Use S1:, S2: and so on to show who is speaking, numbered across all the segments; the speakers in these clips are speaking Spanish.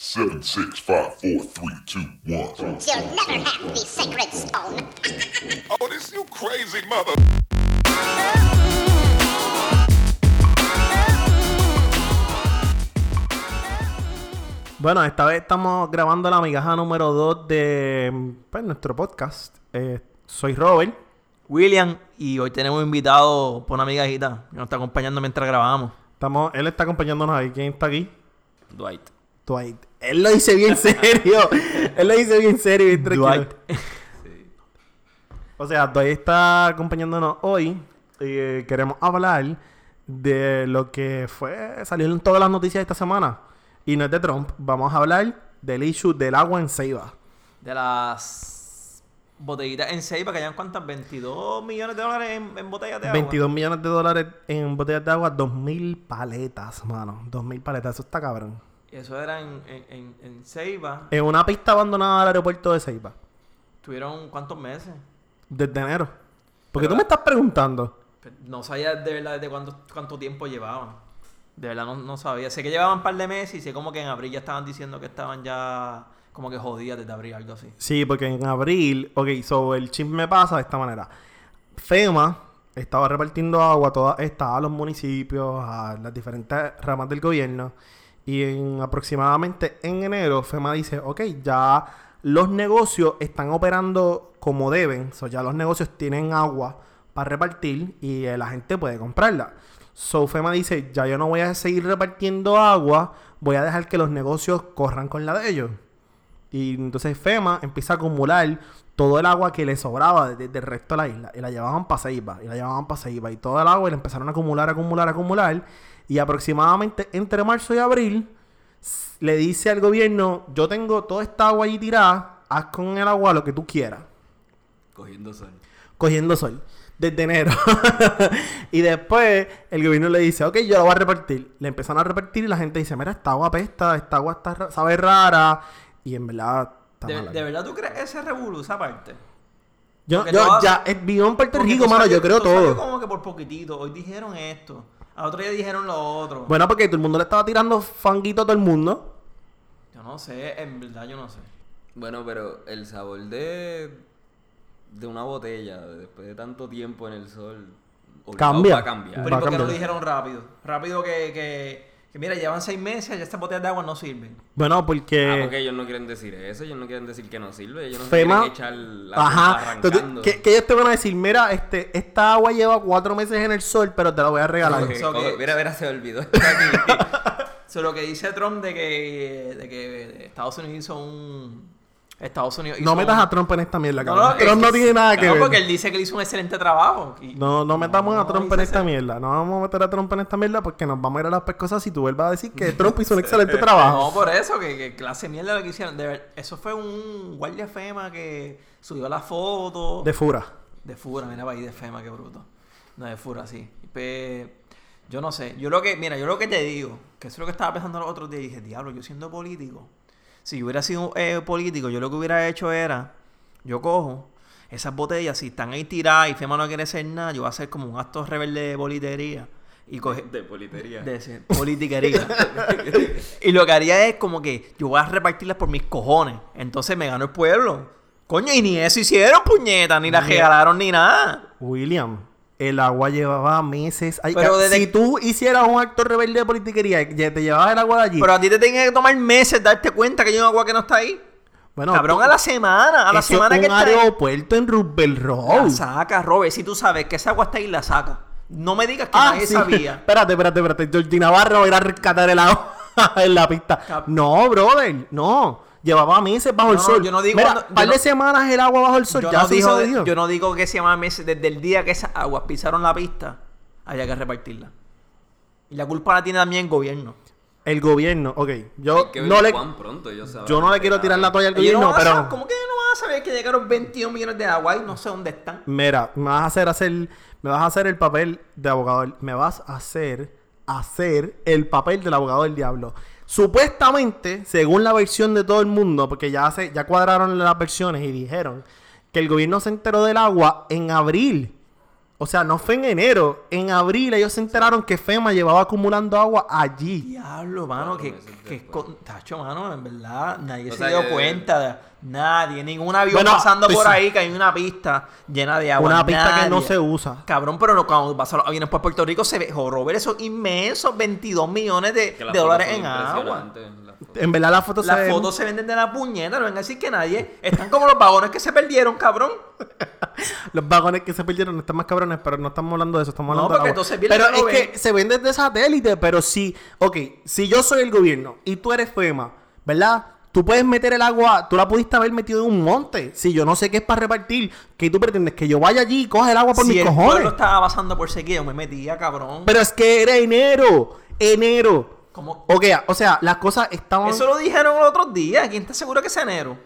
S1: Seven, six, five, four, three, two, one.
S2: You'll never have the sacred stone.
S1: Oh, this you crazy mother.
S3: Bueno, esta vez estamos grabando la migaja número 2 de pues, nuestro podcast. Eh, soy Robert.
S4: William y hoy tenemos invitado por una amigajita que nos está acompañando mientras grabamos.
S3: Estamos, él está acompañándonos ahí. ¿Quién está aquí?
S4: Dwight.
S3: Dwight. Él lo dice bien serio. él lo dice bien serio. bien tranquilo.
S4: Dwight.
S3: O sea, Dwight está acompañándonos hoy. Eh, queremos hablar de lo que fue. Salió en todas las noticias de esta semana. Y no es de Trump. Vamos a hablar del issue del agua en Ceiba.
S4: De las botellitas en Ceiba que hayan cuántas, 22 millones de dólares en, en botellas de agua.
S3: 22 millones de dólares en botellas de agua, 2000 paletas, mano. 2000 paletas, eso está cabrón.
S4: Y Eso era en, en, en- en Ceiba.
S3: En una pista abandonada del aeropuerto de Ceiba,
S4: Tuvieron cuántos meses.
S3: desde enero. Porque tú me estás preguntando.
S4: No sabía de verdad de cuánto, cuánto tiempo llevaban. De verdad no, no sabía. Sé que llevaban un par de meses y sé como que en abril ya estaban diciendo que estaban ya como que jodidas desde abril, algo así.
S3: Sí, porque en abril, ok, so el chisme pasa de esta manera. FEMA estaba repartiendo agua toda esta a los municipios, a las diferentes ramas del gobierno. Y en aproximadamente en enero, FEMA dice, ok, ya los negocios están operando como deben. So ya los negocios tienen agua para repartir y eh, la gente puede comprarla. So FEMA dice, ya yo no voy a seguir repartiendo agua, voy a dejar que los negocios corran con la de ellos. Y entonces FEMA empieza a acumular todo el agua que le sobraba de- de- del resto de la isla. Y la llevaban para Ceiba, y la llevaban para Ceiba. Y todo el agua y la empezaron a acumular, acumular, acumular. Y aproximadamente entre marzo y abril s- le dice al gobierno, yo tengo toda esta agua allí tirada, haz con el agua lo que tú quieras.
S5: Cogiendo sol.
S3: Cogiendo sol. Desde enero. y después el gobierno le dice, ok, yo la voy a repartir. Le empiezan a repartir y la gente dice, mira, esta agua pesta, esta agua está ra- sabe rara. Y en verdad... está
S4: De,
S3: mala.
S4: de verdad tú crees ese revolú, esa parte?
S3: Yo,
S4: Porque
S3: yo
S4: todo-
S3: ya, es beyond Puerto
S4: Porque
S3: Rico,
S4: esto
S3: mano,
S4: salió-
S3: yo creo
S4: esto salió
S3: todo.
S4: como que por poquitito. Hoy dijeron esto. Al otro día dijeron lo otro.
S3: Bueno, porque todo el mundo le estaba tirando fanguito a todo el mundo.
S4: Yo no sé, en verdad yo no sé.
S5: Bueno, pero el sabor de. de una botella, después de tanto tiempo en el sol. obligado
S3: Cambia.
S5: va a cambiar.
S3: Va
S4: Pero ¿y
S3: a
S4: por qué no
S3: cambiar.
S4: lo dijeron rápido? Rápido que, que, que mira, llevan seis meses, ya estas botellas de agua no sirven.
S3: Bueno, porque.
S5: Ah, porque ellos no quieren decir eso, ellos no quieren decir que no sirve, ellos no se
S3: FEMA.
S5: quieren echar la culpa
S3: Ajá.
S5: arrancando.
S3: Entonces, Que, que ellos te van a decir, mira, este, esta agua lleva cuatro meses en el sol, pero te la voy a regalar.
S5: Coge,
S4: So
S5: coge,
S4: que-
S5: Mira, mira, se olvidó. Está aquí.
S4: So, lo que dice Trump de que, de que Estados Unidos hizo un... Estados Unidos hizo
S3: no metas
S4: un-
S3: a Trump en esta mierda,
S4: No,
S3: cabrón.
S4: no,
S3: Trump
S4: es-
S3: no tiene nada que
S4: claro,
S3: ver.
S4: porque él dice que él hizo un excelente trabajo. Y-
S3: No, no metamos a
S4: No,
S3: Trump en
S4: dice
S3: esta mierda. No vamos a meter a Trump en esta mierda porque nos vamos a ir a las pescosas si tú vuelvas a decir que Trump hizo un excelente trabajo.
S4: No, por eso, que, que clase de mierda lo que hicieron. De ver- eso fue un guardia FEMA que subió la foto.
S3: De fura.
S4: De Fura, mira para ahí de Fema, qué bruto. No, de Fura, sí. Pe- yo no sé. Yo lo que, mira, yo lo que te digo, que eso es lo que estaba pensando los otros días, dije, diablo, yo siendo político, si yo hubiera sido eh, político, yo lo que hubiera hecho era, yo cojo esas botellas, si están ahí tiradas y Fema no quiere hacer nada, yo voy a hacer como un acto rebelde de politería. Y coge,
S5: de politería.
S4: de ese- politiquería. y lo que haría es como que yo voy a repartirlas por mis cojones. Entonces me ganó el pueblo. Coño, y ni eso hicieron, puñeta, ni las regalaron ni nada.
S3: William, el agua llevaba meses. Ay,
S4: Pero
S3: ca-
S4: desde-
S3: Si tú hicieras un acto rebelde de politiquería, eh, ya te llevabas el agua de allí.
S4: Pero a ti te tenía que tomar meses darte cuenta que hay un agua que no está ahí.
S3: bueno,
S4: Cabrón,
S3: tú-
S4: a la semana, a la
S3: eso es
S4: semana que
S3: un
S4: está ahí,
S3: aeropuerto en Roosevelt Road.
S4: La saca, Robert. Si tú sabes que esa agua está ahí, la saca. No me digas que nadie
S3: Ah, sí.
S4: sabía.
S3: Espérate, espérate, espérate. Georgina Navarro va a ir a rescatar el agua en la pista.
S4: Cap-
S3: No, brother, no. Llevaba meses bajo el
S4: No, no,
S3: sol.
S4: yo no digo
S3: Mira,
S4: cuando- yo
S3: par de
S4: no-
S3: semanas el agua bajo el sol.
S4: Yo
S3: ya
S4: no,
S3: se
S4: digo,
S3: hizo de Dios.
S4: yo no digo que se llama meses. Desde el día que esas aguas pisaron la pista, había que repartirla. Y la culpa la tiene también el gobierno.
S3: El gobierno, ok. Yo
S5: Hay que ver
S3: no le,
S5: cuán pronto ellos sabrán
S3: yo no le
S5: de
S3: quiero
S5: nada.
S3: tirar la toalla al
S4: Ellos no
S3: gobierno,
S4: van a
S3: pero.
S4: saber- ¿Cómo que ellos no van a saber que llegaron 22 millones de agua y no sé dónde están?
S3: Mira, me vas a hacer hacer, me vas a hacer el papel de abogado, me vas a hacer hacer el papel del abogado del diablo. Supuestamente, según la versión de todo el mundo, porque ya hace, ya cuadraron las versiones y dijeron que el gobierno se enteró del agua en abril O sea, no fue en enero. En abril ellos se enteraron que FEMA llevaba acumulando agua allí.
S4: Diablo, mano,
S5: Cuatro
S4: que,
S5: meses
S4: que es
S5: después.
S4: con- Tacho, mano, en verdad, nadie
S5: O
S4: se
S5: sea
S4: dio
S5: que-
S4: cuenta. Nadie, ningún avión
S3: Bueno,
S4: pasando
S3: pues
S4: por
S3: sí.
S4: ahí que hay una pista llena de agua.
S3: Una pista que no
S4: nadie.
S3: se usa.
S4: Cabrón, pero no, cuando pasan los aviones por Puerto Rico se ve, joró ver esos inmensos 22 millones de,
S5: Que la
S4: de
S5: foto
S4: dólares
S5: fue
S4: en agua.
S5: impresionante, la foto.
S3: En verdad las fotos
S4: Las
S3: se ven-
S4: fotos se venden de la puñeta, no vengan a decir que nadie. Están como los vagones que se perdieron, cabrón.
S3: Los vagones que se perdieron están más cabrones, pero no estamos hablando de eso, estamos
S4: No,
S3: hablando
S4: porque
S3: de
S4: entonces viene
S3: Pero
S4: el
S3: es
S4: gobierno.
S3: que se ven desde satélite, pero si, ok, si yo soy el gobierno y tú eres FEMA, ¿verdad? Tú puedes meter el agua, tú la pudiste haber metido en un monte. Si yo no sé qué es para repartir, que tú pretendes que yo vaya allí y coja el agua por
S4: si
S3: mis
S4: el
S3: cojones.
S4: pueblo estaba pasando por sequía, yo me metía, cabrón.
S3: Pero es que era enero, enero.
S4: Como-
S3: Ok, o sea, las cosas estaban.
S4: Eso lo dijeron los otros días. ¿Quién está seguro que es enero?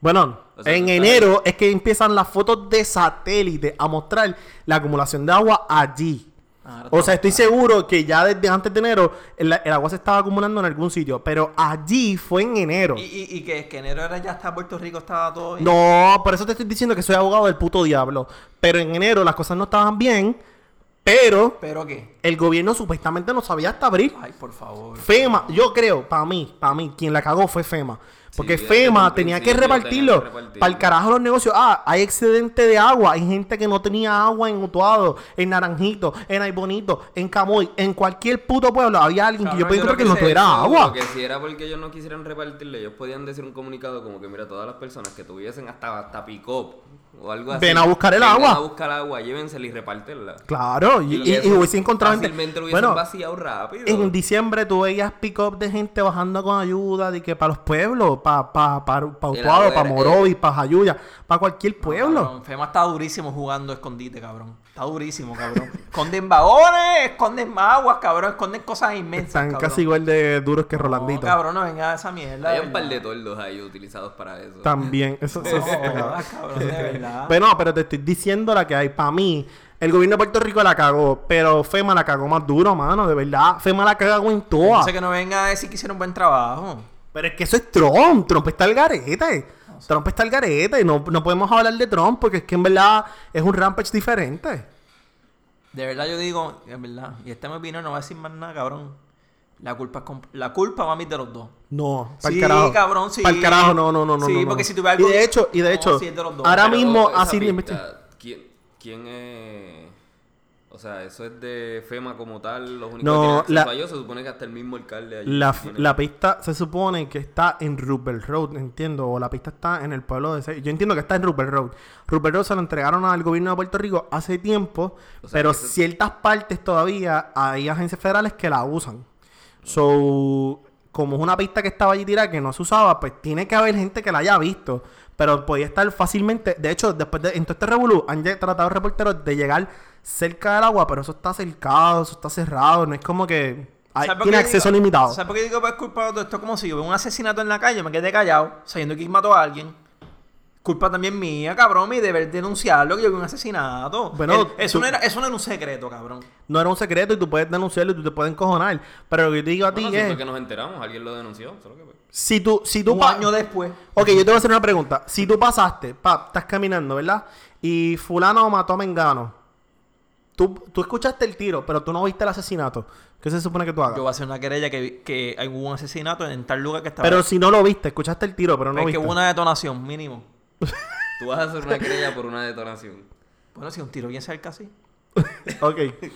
S3: Bueno,
S5: O sea,
S3: en
S5: está
S3: enero es que empiezan las fotos de satélite a mostrar la acumulación de agua allí.
S4: Ahora
S3: O
S4: Ah, está-
S3: sea, estoy seguro que ya desde antes de enero el, el agua se estaba acumulando en algún sitio, pero allí fue en enero.
S4: Y, y, y que, que enero era ya está Puerto Rico, estaba todo bien.
S3: No, por eso te estoy diciendo que soy abogado del puto diablo. Pero en enero las cosas no estaban bien, pero
S4: ¿Pero qué?
S3: el gobierno supuestamente no sabía hasta abril.
S4: Ay, por favor.
S3: FEMA, yo creo, para mí, para mí, quien la cagó fue FEMA. Porque
S5: desde
S3: FEMA
S5: un
S3: tenía que
S5: principio tenía que
S3: repartirlo.
S5: repartirlo.
S3: Para el carajo los negocios. Ah, hay excedente de agua. Hay gente que no tenía agua en Utuado, en Naranjito, en Aybonito, en Camoy. En cualquier puto pueblo había alguien que yo podía encontrar que no tuviera agua.
S5: Porque si era porque ellos no quisieran repartirle, ellos podían decir un comunicado como que, mira, todas las personas que tuviesen hasta, hasta pick-up o algo así.
S3: Ven a buscar el
S5: vengan
S3: agua.
S5: a buscar agua, llévensela y repártenla.
S3: Claro, y, y, y
S5: eso
S3: hubiese encontrado gente.
S5: Fácilmente lo hubiesen
S3: Bueno,
S5: vaciado rápido.
S3: en diciembre tú veías pick-up de gente bajando con ayuda de que para los pueblos, para pa, pa, pa
S5: El
S3: Utuado,
S5: agua
S3: para
S5: era-
S3: Morovis, para Jayuya, para cualquier pueblo.
S4: Cabrón, Fema está durísimo jugando escondite, cabrón. Está durísimo, cabrón. esconden vagones, esconden aguas, cabrón. Esconden cosas inmensas.
S3: Están
S4: cabrón.
S3: casi igual de duros que
S4: No,
S3: Rolandito.
S4: cabrón, no venga a esa mierda.
S5: Hay
S4: de
S5: un par de
S4: verdad.
S5: tordos ahí utilizados para eso.
S3: También, eso, eso- eso-
S4: No, jodas, cabrón, de verdad.
S3: Pero no, pero te estoy diciendo la que hay. Para mí, el gobierno de Puerto Rico la cagó, pero FEMA la cagó más duro, mano, de verdad. FEMA la cagó en
S4: No
S3: toa.
S4: sé que no venga a decir que hicieron un buen trabajo.
S3: Pero es que eso es Trump. Trump está al garete. Trump está al garete. No, no podemos hablar de Trump porque es que en verdad es un rampage diferente.
S4: De verdad yo digo, es verdad. Y esta es mi opinión, no va a decir más nada, cabrón. La culpa es comp- la culpa mami de los dos.
S3: No, para
S4: Sí,
S3: carajo.
S4: cabrón, sí.
S3: Para el carajo, no, no, no. no,
S4: Sí,
S3: no, no.
S4: porque si tuviera algo-
S3: Y de hecho, y de
S4: No,
S3: hecho,
S4: sí, es de los dos,
S3: ahora
S5: Pero
S3: mismo
S5: esa
S3: así le
S5: pista,
S3: investigo.
S5: ¿Quién, quién es...? O sea, eso es de FEMA como tal, los únicos
S3: No,
S5: que tienen acceso
S3: la-
S5: a ellos, se supone que hasta el mismo alcalde allí
S3: La,
S5: tiene-
S3: la pista se supone que está en Rupert Road, entiendo, o la pista está en el pueblo de... Se- Yo entiendo que está en Rupert Road. Rupert Road se lo entregaron al gobierno de Puerto Rico hace tiempo,
S5: O sea,
S3: pero
S5: que eso-
S3: ciertas partes todavía hay agencias federales que la usan. So, como es una pista que estaba allí tirada que no se usaba, pues tiene que haber gente que la haya visto. Pero podía estar fácilmente. De hecho, después de. En todo este revolú, han lle- tratado reporteros de llegar cerca del agua, pero eso está cercado, eso está cerrado. No es como que. hay-
S4: ¿Sabes por
S3: tiene
S4: qué
S3: acceso
S4: digo-
S3: limitado.
S4: ¿Sabes por qué digo que es culpa de todo esto? Es como si yo veo un asesinato en la calle, me quedé callado, sabiendo que mató a alguien. Culpa también mía, cabrón, y deber denunciarlo que yo vi un asesinato.
S3: Bueno,
S4: El- eso,
S3: tú-
S4: no era, eso no era un secreto, cabrón.
S3: No era un secreto y tú puedes denunciarlo y tú te puedes encojonar. Pero lo que yo te digo a ti
S5: Bueno, sí
S3: es.
S5: fue que nos enteramos, alguien lo denunció. Solo que... pues.
S3: Si tú, si tú
S4: Un
S3: pa-
S4: año después.
S3: Ok, yo te voy a hacer una pregunta. Si tú pasaste, pap, estás caminando, ¿verdad? Y fulano mató a Mengano. Tú, tú escuchaste el tiro, pero tú no viste el asesinato. ¿Qué se supone que tú hagas?
S4: Yo voy a hacer una querella que, vi- que hay- hubo un asesinato en tal lugar que estaba.
S3: Pero si no lo viste, escuchaste el tiro, pero no
S4: es que
S3: viste.
S4: hubo una detonación, mínimo.
S5: Tú vas a hacer una querella por una detonación.
S4: Bueno, si un tiro bien cerca, sí.
S3: Ok.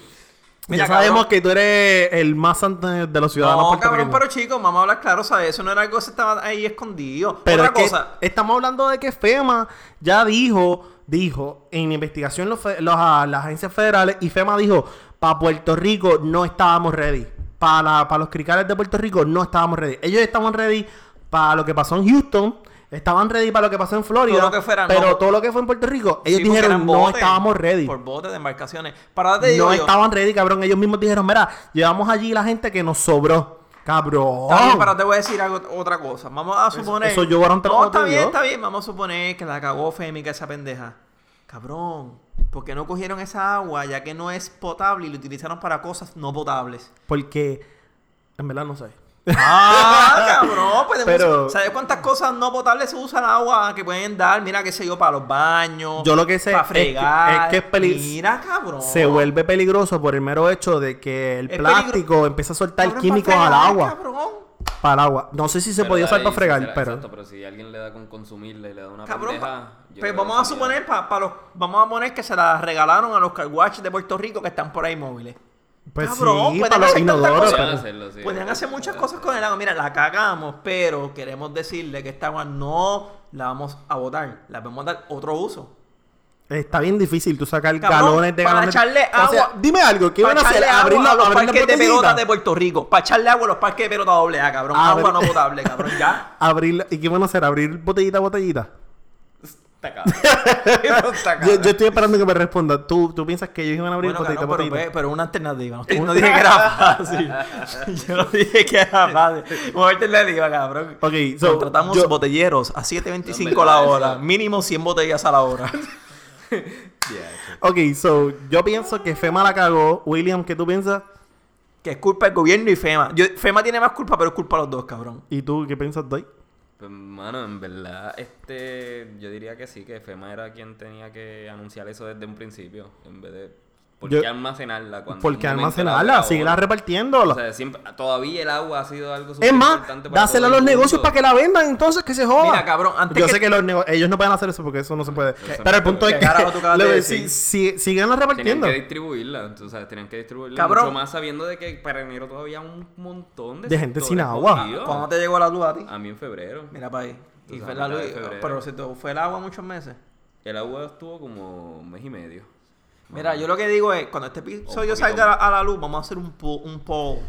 S3: ya
S4: Mira,
S3: sabemos
S4: cabrón.
S3: que tú eres el más santo de los ciudadanos
S4: No, cabrón,
S3: puertorriqueños.
S4: pero chicos, vamos a hablar claro, ¿sabes? Eso no era algo que se estaba ahí escondido.
S3: Pero
S4: Otra
S3: es que
S4: cosa.
S3: estamos hablando de que FEMA ya dijo, dijo, en investigación los fe- los- a- las agencias federales, y FEMA dijo, para Puerto Rico no estábamos ready. Para los cricales de Puerto Rico no estábamos ready. Ellos estaban ready para lo que pasó en Houston, estaban ready para lo que pasó en Florida,
S4: Todo lo que fuera,
S3: pero
S4: no.
S3: todo lo que fue en Puerto Rico, ellos
S4: sí, porque
S3: dijeron,
S4: eran
S3: no
S4: botes,
S3: estábamos ready.
S4: Por botes de embarcaciones. Para dónde digo
S3: No
S4: yo,
S3: estaban ready, cabrón. Ellos mismos dijeron, mira, llevamos allí la gente que nos sobró. Cabrón.
S4: Está bien, pero te voy a decir algo, otra cosa. Vamos a suponer.
S3: Oh. eso yo ahora no te lo
S4: No,
S3: puedo
S4: está
S3: creer
S4: bien,
S3: yo.
S4: está bien. Vamos a suponer que la cagó Femi, que esa pendeja. Cabrón. ¿Por qué no cogieron esa agua ya que no es potable y la utilizaron para cosas no potables?
S3: Porque, en verdad no sé.
S4: Ah, cabrón, pues,
S3: Pero-
S4: ¿sabes cuántas cosas no potables se usan agua que pueden dar? Mira, qué sé yo, para los baños,
S3: Yo lo que sé
S4: para
S3: es que-
S4: fregar.
S3: es que es peli-
S4: Mira, cabrón.
S3: Se vuelve peligroso por el mero hecho de que el
S4: Es
S3: plástico
S4: peligro-
S3: empieza a soltar
S4: Cabrón,
S3: químicos
S4: para
S3: al
S4: fregar,
S3: agua.
S4: Cabrón,
S3: Para el agua. No sé si se
S5: Pero
S3: podía usar
S5: ahí
S3: para
S5: sí
S3: fregar,
S5: será-
S3: pero.
S5: Exacto, pero si alguien le da con consumirla y le da una
S4: cabrón.
S5: pendeja,
S4: pa-
S5: yo
S4: Pues
S5: creo
S4: vamos
S5: que
S4: a
S5: sí,
S4: suponer, pa- pa los, vamos a poner que se las regalaron a los carwash de Puerto Rico que están por ahí móviles.
S3: Pues
S4: Cabrón,
S3: sí,
S4: pueden
S3: para los
S4: hacer tantas
S3: inodoros.
S4: cosas.
S5: Pueden
S3: pero-
S5: hacerlo, sí.
S4: Pueden hacer muchas cosas con el agua. Mira, la cagamos, pero queremos decirle que esta agua no la vamos a botar. La podemos dar otro uso.
S3: Está bien difícil tú sacar
S4: Cabrón,
S3: galones de
S4: para
S3: galones.
S4: echarle
S3: O sea,
S4: agua.
S3: dime algo, ¿qué
S4: Pa'
S3: van a hacer?
S4: echarle agua
S3: Abrir la
S4: a los
S3: abrir la
S4: parques de
S3: botellita?
S4: pelota de Puerto Rico. Para echarle agua a los parques de pelota doble A, cabrón.
S3: Ah,
S4: agua
S3: pero-
S4: no potable, cabrón. Ya.
S3: Abrir la- ¿Y qué van a hacer? ¿Abrir botellita a botellita?
S5: Está cabrón. Está
S3: Yo,
S5: cabrón.
S3: yo estoy esperando que me responda. ¿Tú, tú piensas que ellos iban a abrir
S4: Bueno,
S3: botellita
S4: cabrón, pero,
S3: a botellita?
S4: ve- pero una alternativa. No, estoy- no dije que era fácil. Yo no dije que era fácil. Una alternativa, cabrón.
S3: Ok, so,
S4: Contratamos
S3: yo-
S4: botelleros a
S5: No,
S4: 7.25
S5: en
S4: la
S5: verdad,
S4: hora.
S5: eso-
S4: Mínimo 100 botellas a la hora.
S3: Ok, so, yo pienso que Fema la cagó. William, ¿qué tú piensas?
S4: Que es culpa del gobierno y FEMA. Yo- FEMA tiene más culpa, pero es culpa de los dos, cabrón.
S3: ¿Y tú qué piensas, Doy?
S5: Pues, mano, en verdad, este, yo diría que sí, que FEMA era quien tenía que anunciar eso desde un principio, en vez de... ¿Por
S3: Yo-
S5: qué almacenarla? Cuando
S3: Porque almacenarla, síguela repartiéndola.
S5: O sea, siempre, todavía el agua ha sido algo
S3: es más,
S5: superimportante para
S3: dásela a
S5: todo
S3: los
S5: el
S3: negocios
S5: mundo.
S3: para que la vendan, entonces que se joda.
S4: Mira, cabrón, antes
S3: Oh. Yo
S4: que-
S3: sé que los nego- ellos no pueden hacer eso porque eso no se puede.
S5: Eso
S3: Pero el
S5: no se
S3: punto
S5: puede.
S3: es
S4: ¿Qué
S3: que
S4: carajo tú acabas
S3: lo
S4: de
S3: que sí-
S4: decir?
S3: sí- sigan la
S5: Tenían
S3: repartiendo.
S5: que distribuirla, tú sabes, tenían que distribuirla
S4: Cabrón.
S5: mucho más sabiendo de que para enero todavía un montón de...
S3: De gente sin
S5: sectores
S3: agua.
S5: jodidos.
S4: ¿Cuándo te llegó la luz a ti?
S5: A mí en febrero.
S4: Mira para ahí. Y
S5: Entonces,
S4: fue
S5: a
S4: la
S5: mitad
S4: luz.
S5: de febrero.
S4: Pero se te fue el agua muchos meses.
S5: El agua estuvo como un mes y medio.
S4: Mira, yo lo que digo es, cuando este episodio
S5: Un poquito
S4: salga a la, a la luz, vamos a hacer un, po- un poll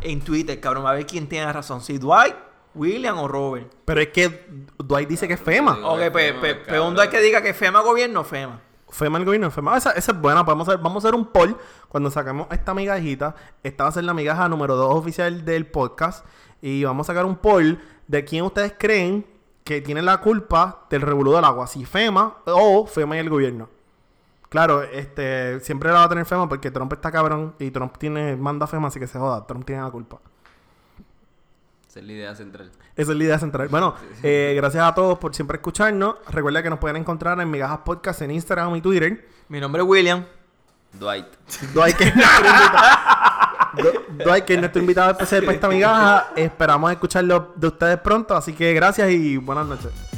S4: en Twitter, cabrón, a ver quién tiene razón. Si Dwight, William o Robert.
S3: Pero es que Dwight dice que es FEMA.
S5: Yo digo
S4: Ok,
S5: que
S4: pues,
S5: FEMA,
S4: pues,
S5: cabrón.
S4: pues un Dwight que diga que FEMA gobierno, FEMA.
S3: FEMA el gobierno, FEMA. Esa, esa es buena, podemos hacer, vamos a hacer un poll cuando saquemos esta migajita. Esta va a ser la migaja número 2 oficial del podcast. Y vamos a sacar un poll de quién ustedes creen que tiene la culpa del revolú del agua. Si FEMA o FEMA y el gobierno. Claro, este, siempre la va a tener FEMA porque Trump está cabrón y Trump tiene, manda a FEMA, así que se joda. Trump tiene la culpa.
S5: Esa es la idea central.
S3: Esa es la idea central. Bueno, eh, gracias a todos por siempre escucharnos. Recuerda que nos pueden encontrar en Migajas Podcast en Instagram y Twitter.
S4: Mi nombre es William.
S5: Dwight.
S3: Dwight, que es nuestro invitado. Du- Dwight, que es nuestro invitado especial para esta migaja. Esperamos escucharlo de ustedes pronto. Así que gracias y buenas noches.